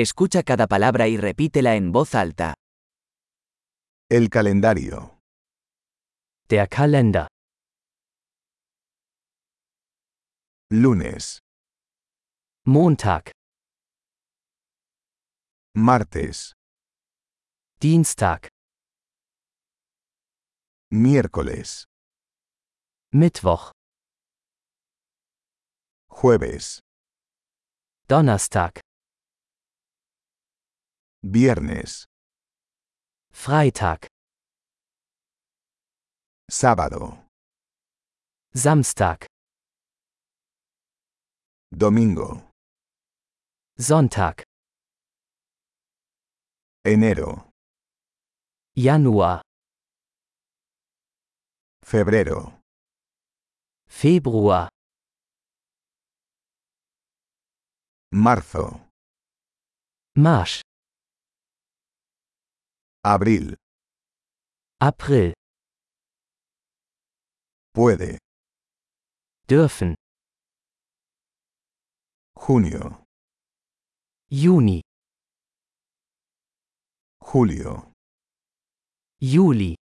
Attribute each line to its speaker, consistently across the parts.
Speaker 1: Escucha cada palabra y repítela en voz alta.
Speaker 2: El calendario.
Speaker 3: Der Kalender.
Speaker 2: Lunes,
Speaker 3: Montag,
Speaker 2: martes,
Speaker 3: Dienstag,
Speaker 2: miércoles,
Speaker 3: Mittwoch,
Speaker 2: jueves,
Speaker 3: Donnerstag,
Speaker 2: viernes,
Speaker 3: Freitag,
Speaker 2: sábado,
Speaker 3: Samstag,
Speaker 2: domingo,
Speaker 3: Sonntag,
Speaker 2: enero,
Speaker 3: Januar,
Speaker 2: febrero,
Speaker 3: Februar,
Speaker 2: marzo,
Speaker 3: März,
Speaker 2: abril,
Speaker 3: April,
Speaker 2: puede,
Speaker 3: dürfen,
Speaker 2: junio,
Speaker 3: Juni,
Speaker 2: julio,
Speaker 3: Juli,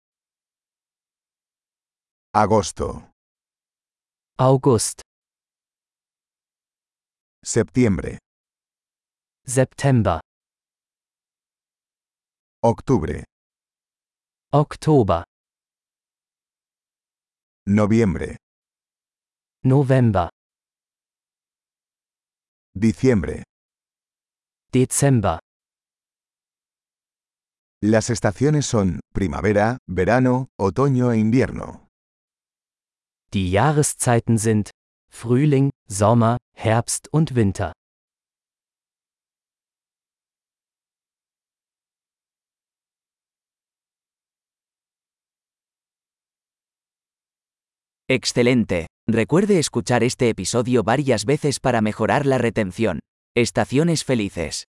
Speaker 2: agosto,
Speaker 3: August,
Speaker 2: septiembre,
Speaker 3: September,
Speaker 2: octubre,
Speaker 3: Oktober,
Speaker 2: noviembre,
Speaker 3: November,
Speaker 2: diciembre.
Speaker 3: Dezember.
Speaker 2: Las estaciones son primavera, verano, otoño e invierno.
Speaker 3: Die Jahreszeiten sind Frühling, Sommer, Herbst und Winter.
Speaker 1: Excelente. Recuerde escuchar este episodio varias veces para mejorar la retención. Estaciones felices.